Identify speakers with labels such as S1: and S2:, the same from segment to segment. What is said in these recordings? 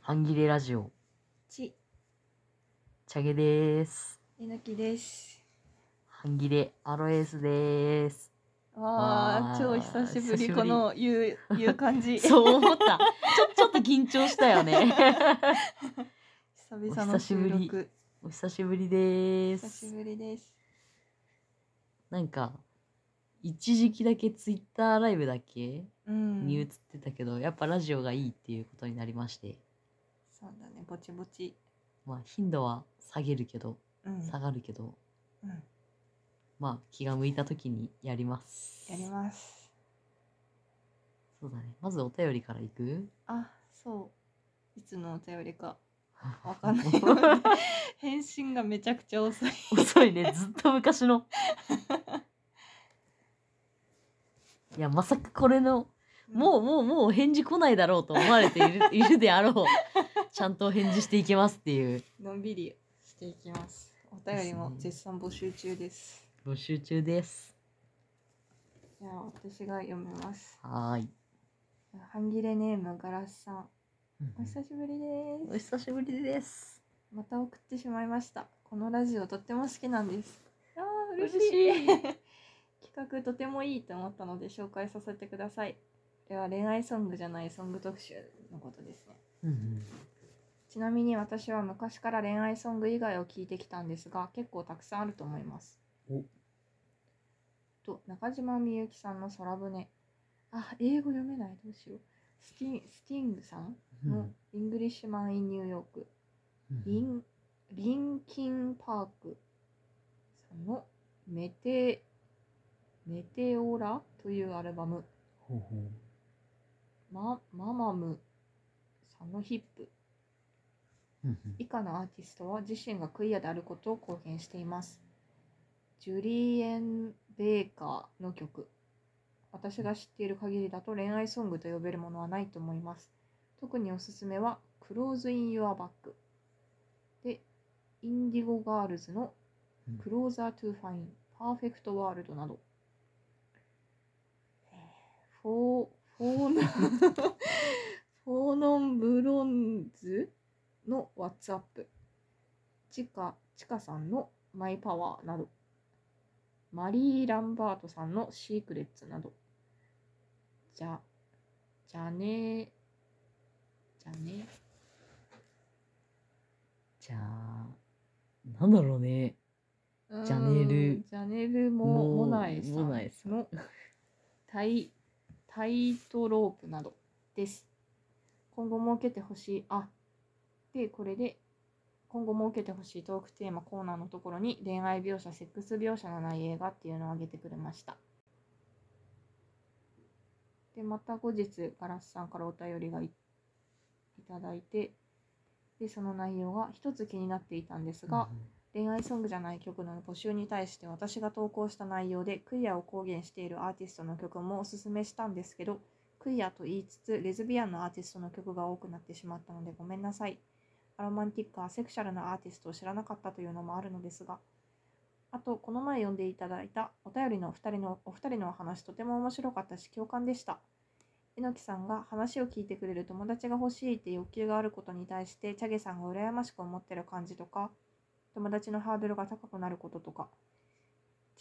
S1: 半切れラジオ、
S2: ち、
S1: チャゲです。
S2: えのきです。
S1: 半切れアロエスです。
S2: わ
S1: わー
S2: あ、超久しぶ
S1: 久しぶり
S2: り、この言う、言う感じ。久
S1: そう思った。ちょ、ちょっと緊張したよね。
S2: 々
S1: お久
S2: の収
S1: しぶ
S2: 録。
S1: お久しぶりで
S2: 久し
S1: す。
S2: ぶりです。
S1: なんか、一時期だけツイッターライブだっけ、
S2: うん。
S1: に映ってたけど、やっぱラジオがいいっていうことになりまして、
S2: そうだね、ぼちぼち。
S1: まあ頻度は下げるけど、
S2: うん。
S1: 下がるけど、
S2: うん、
S1: まあ気が向いた時にやります。
S2: やります。
S1: そうだね。まずお便りからいく
S2: あ、そう。いつのお便りか。わ かんないよね。返信がめちゃくちゃ遅い。
S1: 遅いねずっと昔のいやまさかこれのもうもうもう返事来ないだろうと思われてい るいるであろうちゃんと返事していきますっていう
S2: うん。のんびりしていきます。お便りも絶賛募集中です。
S1: 募集中です
S2: じゃあ、私が読みます。
S1: はーい
S2: 半切れネームガラスさん。お久
S1: う
S2: しぶりです
S1: ん。お久しぶりです
S2: また送ってしまいましたこのラジオとっても好きなんですあー嬉しい 企画とてもいいと思ったので紹介させてくださいでは恋愛ソングじゃないソング特集のことですね
S1: うんうん
S2: ちなみに私は昔から恋愛ソング以外を聞いてきたんですが結構たくさんあると思います
S1: お
S2: と中島みゆきさんの空船あ英語読めないどうしようスティンスティングさん
S1: うん
S2: の「イングリッシュマン・イン・ニューヨーク」リンリンキンパークさんのメテメテオラというアルバム、
S1: ほうほう
S2: マママムさんのヒップ
S1: うん
S2: 以下のアーティストは自身がクイアであることを公言しています。ジュリーエン・ベーカーの曲。私が知っている限りだと恋愛ソングと呼べるものはないと思います。特におすすめは Close in Your Back で、インディゴガールズの
S1: うん
S2: クローザートゥファイン、パーフェクトワールドなど。フォー、フォー ノン、フォーノンブロンズの What's Up、チカ、チカさんのマイパワーなど、マリー・ランバートさんのシークレッツなど、じゃ、じゃねじゃね
S1: じゃあなんだろうねジャネル
S2: うんジャネルも
S1: も
S2: モナエさ
S1: モナエさ
S2: んのタイタイトロープなどです。今後設けてほしい、あで、これで今後設けてほしいトークテーマコーナーのところに恋愛描写、セックス描写のない映画っていうのを挙げてくれました。で、また後日、ガラスさんからお便りがいいただいて、で、その内容が一つ気になっていたんですが、恋愛ソングじゃない曲の募集に対して私が投稿した内容でクイアを公言しているアーティストの曲もおすすめしたんですけどクイアと言いつつレズビアンのアーティストの曲が多くなってしまったのでごめんなさいアロマンティックアセクシャルなアーティストを知らなかったというのもあるのですがあとこの前読んでいただいたお便りの2人のお二人のお話とても面白かったし共感でした榎木さんが話を聞いてくれる友達が欲しいって欲求があることに対してチャゲさんが羨ましく思ってる感じとか友達のハードルが高くなることとか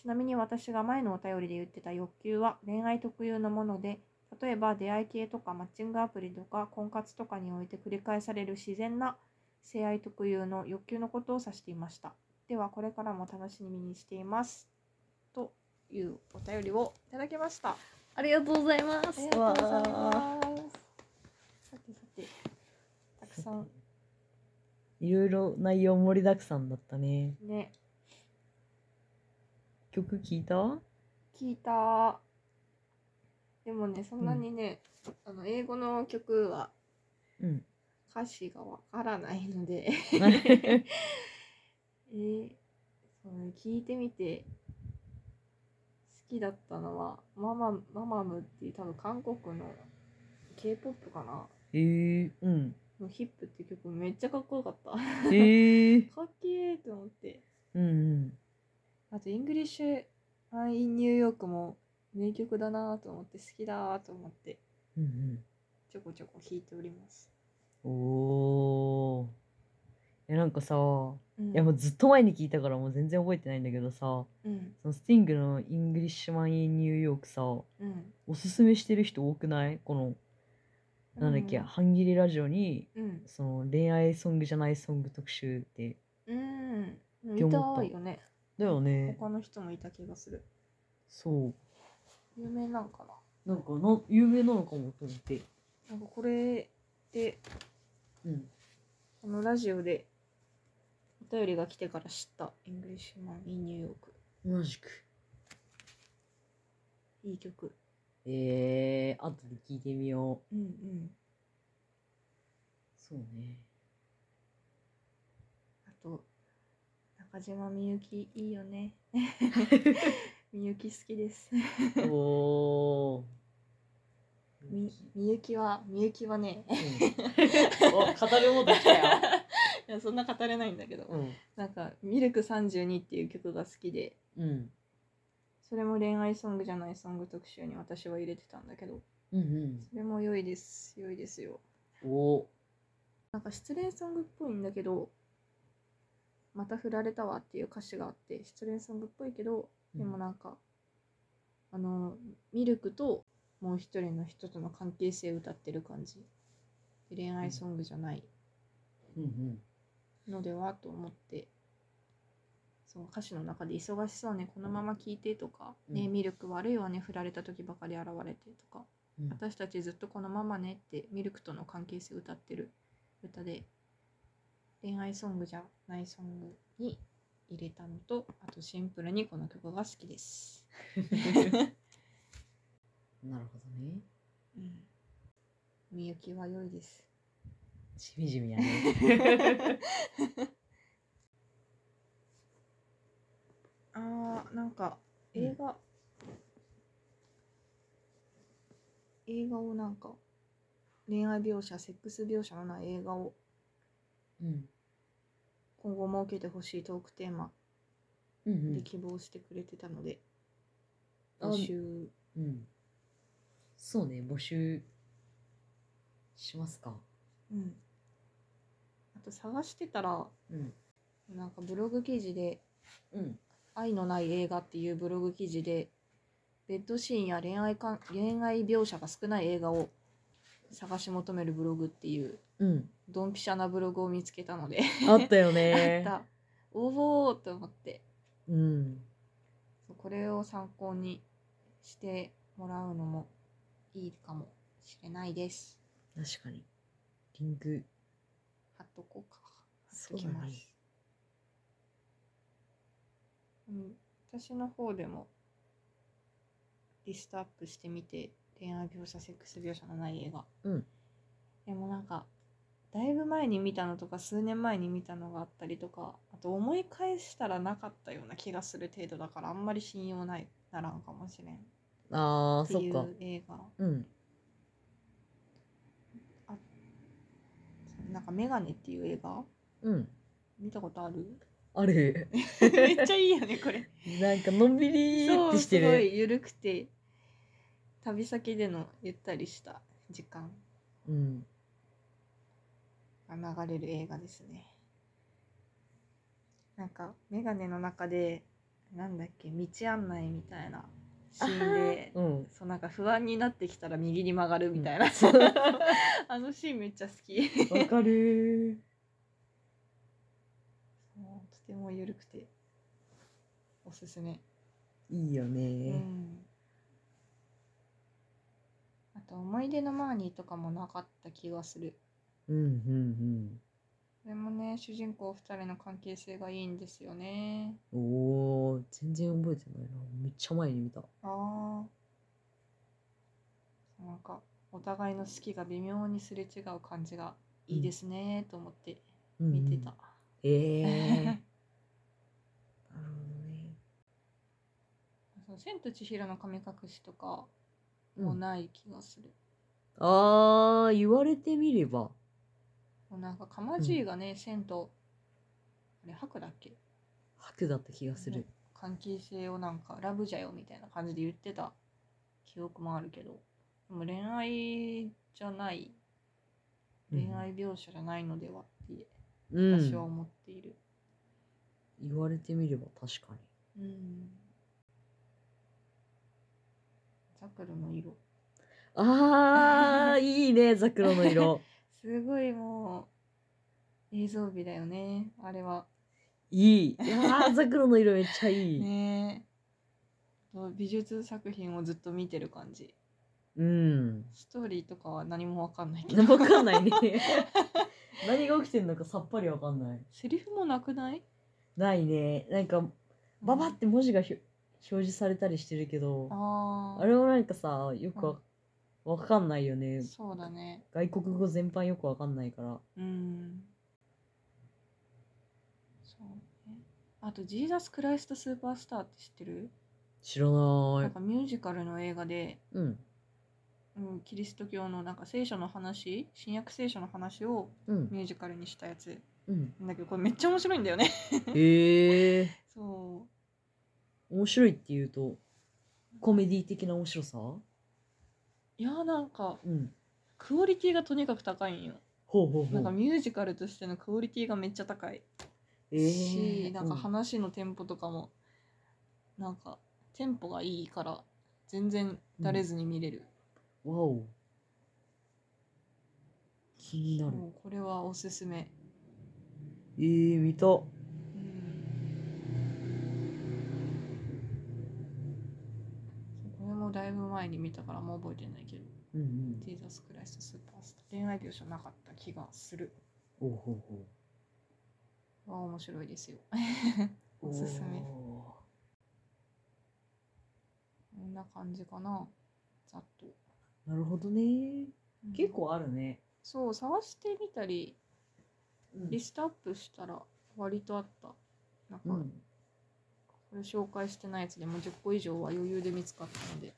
S2: ちなみに私が前のお便りで言ってた欲求は恋愛特有のもので例えば出会い系とかマッチングアプリとか婚活とかにおいて繰り返される自然な性愛特有の欲求のことを指していましたではこれからも楽しみにしていますというお便りをいただきました
S1: ありがとうございま
S2: ありがとうございますさてさてたくさん
S1: いろいろ内容盛りだくさんだったね
S2: ね
S1: 曲聞いた
S2: 聞いたでもねそんなにね、あの英語の曲は
S1: うん
S2: 歌詞がわからないので えーそうね聞いてみて好きだったのはママママムっていう多分韓国の k p o p かな
S1: えー、うん。
S2: のヒップっていう曲めっちゃかっこよかった か
S1: えー、
S2: っけえと思って
S1: うん
S2: あとイングリッシュ・アイ・ニューヨークも名曲だなと思って好きだと思って
S1: うん。うん
S2: ちょこちょこ聴いております
S1: うおーいやなんかさ
S2: うん
S1: いやもうずっと前に聞いたからもう全然覚えてないんだけどさ
S2: うん
S1: そのスティングの「イングリッシュマン・イン・ニューヨークさ」
S2: うん
S1: おすすめしてる人多くないこのなんだっけ、
S2: うん
S1: 半切りラジオに
S2: うん
S1: その恋愛ソングじゃないソング特集って
S2: うん見
S1: て思った
S2: たいよね
S1: だよね
S2: 他の人もいた気がする
S1: そう
S2: 有名なんかな
S1: なんかな有名なのかもと思って
S2: なんかこれで
S1: うん
S2: このラジオでお便りが来てから知った「イングリッシュマン・イン・ニューヨーク
S1: 同じく」
S2: いい曲
S1: えー、後で聞いてみよう
S2: うんうん
S1: そうね
S2: あと中島みゆきいいよね みゆき好きです
S1: おー
S2: み みゆきはみゆきはね
S1: お語るもんできたよ、
S2: いやそんな語れないんだけど、
S1: うん
S2: なんか「ミルク32」っていう曲が好きで
S1: うん、
S2: それも恋愛ソングじゃないソング特集に私は入れてたんだけど
S1: うん
S2: それも良いです良いですよ
S1: うんお
S2: なんか失恋ソングっぽいんだけど「また振られたわ」っていう歌詞があって失恋ソングっぽいけどでもなんか、あのミルクともう一人の人との関係性を歌ってる感じで恋愛ソングじゃない
S1: うんうん
S2: のではと思ってそう歌詞の中で「忙しそうねこのまま聞いて」とか「
S1: うん
S2: ねミルク悪いわね振られた時ばかり現れて」とか
S1: うん
S2: 「私たちずっとこのままね」ってミルクとの関係性を歌ってる歌で恋愛ソングじゃないソングに入れたのとあとシンプルにこの曲が好きです。
S1: なるほどね
S2: うんみゆきは良いです。
S1: しみじみや ね
S2: あーなんか
S1: うん
S2: 映画、映画をなんか恋愛描写セックス描写のない映画を
S1: うん
S2: 今後設けてほしいトークテーマ
S1: うんう
S2: で
S1: ん
S2: 希望してくれてたので、
S1: あ
S2: 募集
S1: うんそうね募集しますか
S2: うんあと探してたら
S1: うん
S2: なんかブログ記事で
S1: うん
S2: 「愛のない映画」っていうブログ記事でベッドシーンや恋愛かん恋愛描写が少ない映画を探し求めるブログっていう
S1: うん
S2: ドンピシャなブログを見つけたので
S1: あったよ
S2: あっ
S1: ね
S2: た応募と思って
S1: うん
S2: そうこれを参考にしてもらうのもいいかもしれないです
S1: 確かにリンク
S2: 貼っとこうか貼
S1: そ
S2: っ
S1: う
S2: と
S1: だ
S2: き
S1: ね
S2: ますうん、私の方でもリストアップしてみて恋愛描写セックス描写のない映画、
S1: うん
S2: でもなんかだいぶ前に見たのとか数年前に見たのがあったりとかあと思い返したらなかったような気がする程度だからあんまり信用ないならんかもしれんっ
S1: あー
S2: て
S1: そ
S2: い
S1: っか
S2: う映画
S1: うん
S2: なんか「メガネ」っていう映画
S1: うん
S2: 見たこと ある
S1: ある
S2: めっちゃいいよねこれ
S1: なんかのんびり
S2: そ
S1: っ
S2: う
S1: てして
S2: すご
S1: る
S2: い緩くて旅先でのゆったりした時間
S1: うん
S2: が流れる映画ですねなんかメガネの中でなんだっけ道案内みたいなシーン で
S1: うん
S2: そうなんか不安になってきたら右に曲がるみたいな、
S1: そう
S2: あのシーンめっちゃ好き
S1: わかる
S2: もうとても緩くておすすめ
S1: いいよ
S2: う
S1: ね
S2: んあと「思い出のマーニー」とかもなかった気がする
S1: うんうん
S2: これもね主人公2人の関係性がいいんですよね
S1: うんおー全然覚えてないなめっちゃ前に見た
S2: ああなんかお互いの好きが微妙にすれ違う感じがいいですねと思って
S1: うんうん
S2: 見てた、
S1: え ーなるほどね
S2: そう千と千尋の神隠し」とか
S1: う
S2: も
S1: ん
S2: ない気がする、
S1: あー言われてみれば
S2: もうなんか釜爺がね、千とあれ白だっけ
S1: 白だった気がする
S2: 関係性をなんかラブじゃよみたいな感じで言ってた記憶もあるけどでも恋愛じゃない
S1: うん
S2: 恋愛描写じゃないのではって
S1: うん
S2: 私は思っている。
S1: 言われてみれば確かに
S2: うん。ザクロの色。
S1: あーいいねザクロの色
S2: すごいもう映像美だよね、あれは。
S1: いいいやーザクロの色めっちゃいい、
S2: ねえ。と美術作品をずっと見てる感じ。
S1: うん
S2: ストーリーとかは何もわかんないけど。
S1: 分かん ないね何が起きてるのかさっぱり分かんない
S2: セリフもなくない
S1: ないねなんかババって文字がひょ表示されたりしてるけど
S2: ああ。
S1: あれもなんかさよくわわかんないよね
S2: そうだね。
S1: 外国語全般よくわかんないから
S2: うん。そうね。あと、ジーザス・クライスト・スーパースターって知ってる
S1: 知らな
S2: な
S1: い
S2: んかミュージカルの映画で、
S1: うん
S2: うん、キリスト教のなんか聖書の話、新約聖書の話を
S1: うん
S2: ミュージカルにしたやつ。
S1: うん
S2: だけど、これめっちゃ面白いんだ よね。
S1: へえ
S2: そ
S1: 面白いっていうとコメディ的な面白さ
S2: う。いや、なんか、
S1: うん
S2: クオリティがとにかく高いんよ。
S1: ほうほう
S2: なん
S1: ほ
S2: か
S1: う
S2: ミュージカルとしてのクオリティがめっちゃ高い。
S1: え
S2: し、なんか
S1: うん
S2: 話のテンポとかも、なんかテンポがいいから全然だれずに見れる、
S1: わお気になる
S2: もうこれはおすすめ、
S1: えー、見た
S2: そうこれもだいぶ前に見たからもう覚えてないけど
S1: うんうん
S2: ジーザスクライストスーパースター恋愛描写なかった気がする
S1: ほうほうほう
S2: は面白いですよ
S1: お
S2: おすすめ
S1: ー
S2: こんな感じかなざっと
S1: なるほどね
S2: うん
S1: 結構あるね、
S2: そう探してみたり
S1: うん
S2: リストアップしたら割とあったなんか、
S1: うん、
S2: これ紹介してないやつでも10個以上は余裕で見つかったので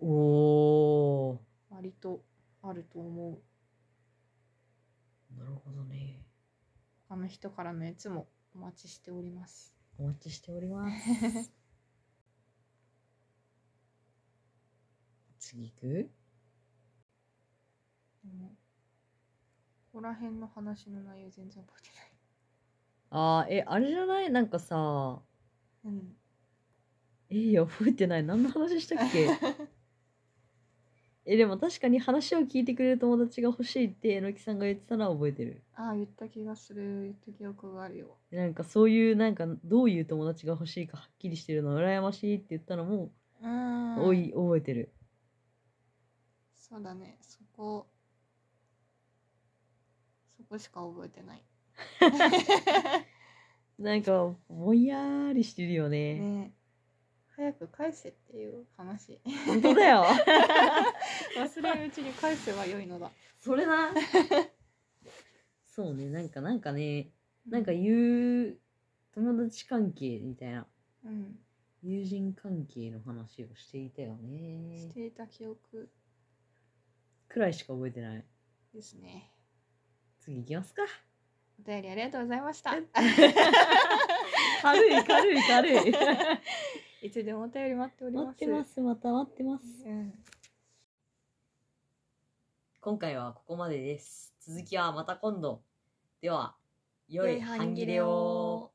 S1: おー
S2: 割とあると思う
S1: なるほどね
S2: 他の人からのやつもお待ちしております
S1: お待ちしております 次行く
S2: でもここら辺の話の内容全然覚えて
S1: あーえあれじゃないなんかさ
S2: ない、
S1: えいや覚えてない何の話したっ けえでも確かに話を聞いてくれる友達が欲しいってえのきさんが言ってたのは覚えてる
S2: ああ言った気がする言った記憶があるよ
S1: なんかそういうなんかどういう友達が欲しいかはっきりしてるの羨ましいって言ったのも、
S2: うーん
S1: おい覚えてる
S2: そうだねそこそこしか覚えてない
S1: なんかぼんやーりしてるよね
S2: ね早く返せっていう話
S1: 本当だよ
S2: 忘れるうちに返せば良いのだ
S1: それなそうねなんかなんかねなんか
S2: い
S1: 言う友達関係みたいな
S2: うん
S1: 友人関係の話をしていたよね
S2: していた記憶
S1: くらいしか覚えてない
S2: ですね。
S1: 次行きますか
S2: お便りありがとうございました。
S1: 軽い軽い軽い
S2: いつでもお便り待ってお り
S1: 待
S2: ま
S1: っ
S2: す。
S1: てますまた待ってます
S2: うん。
S1: 今回はここまでです続きはまた今度では良
S2: 良
S1: い
S2: い
S1: 半
S2: 半
S1: 切
S2: 切
S1: れ
S2: れ
S1: を
S2: を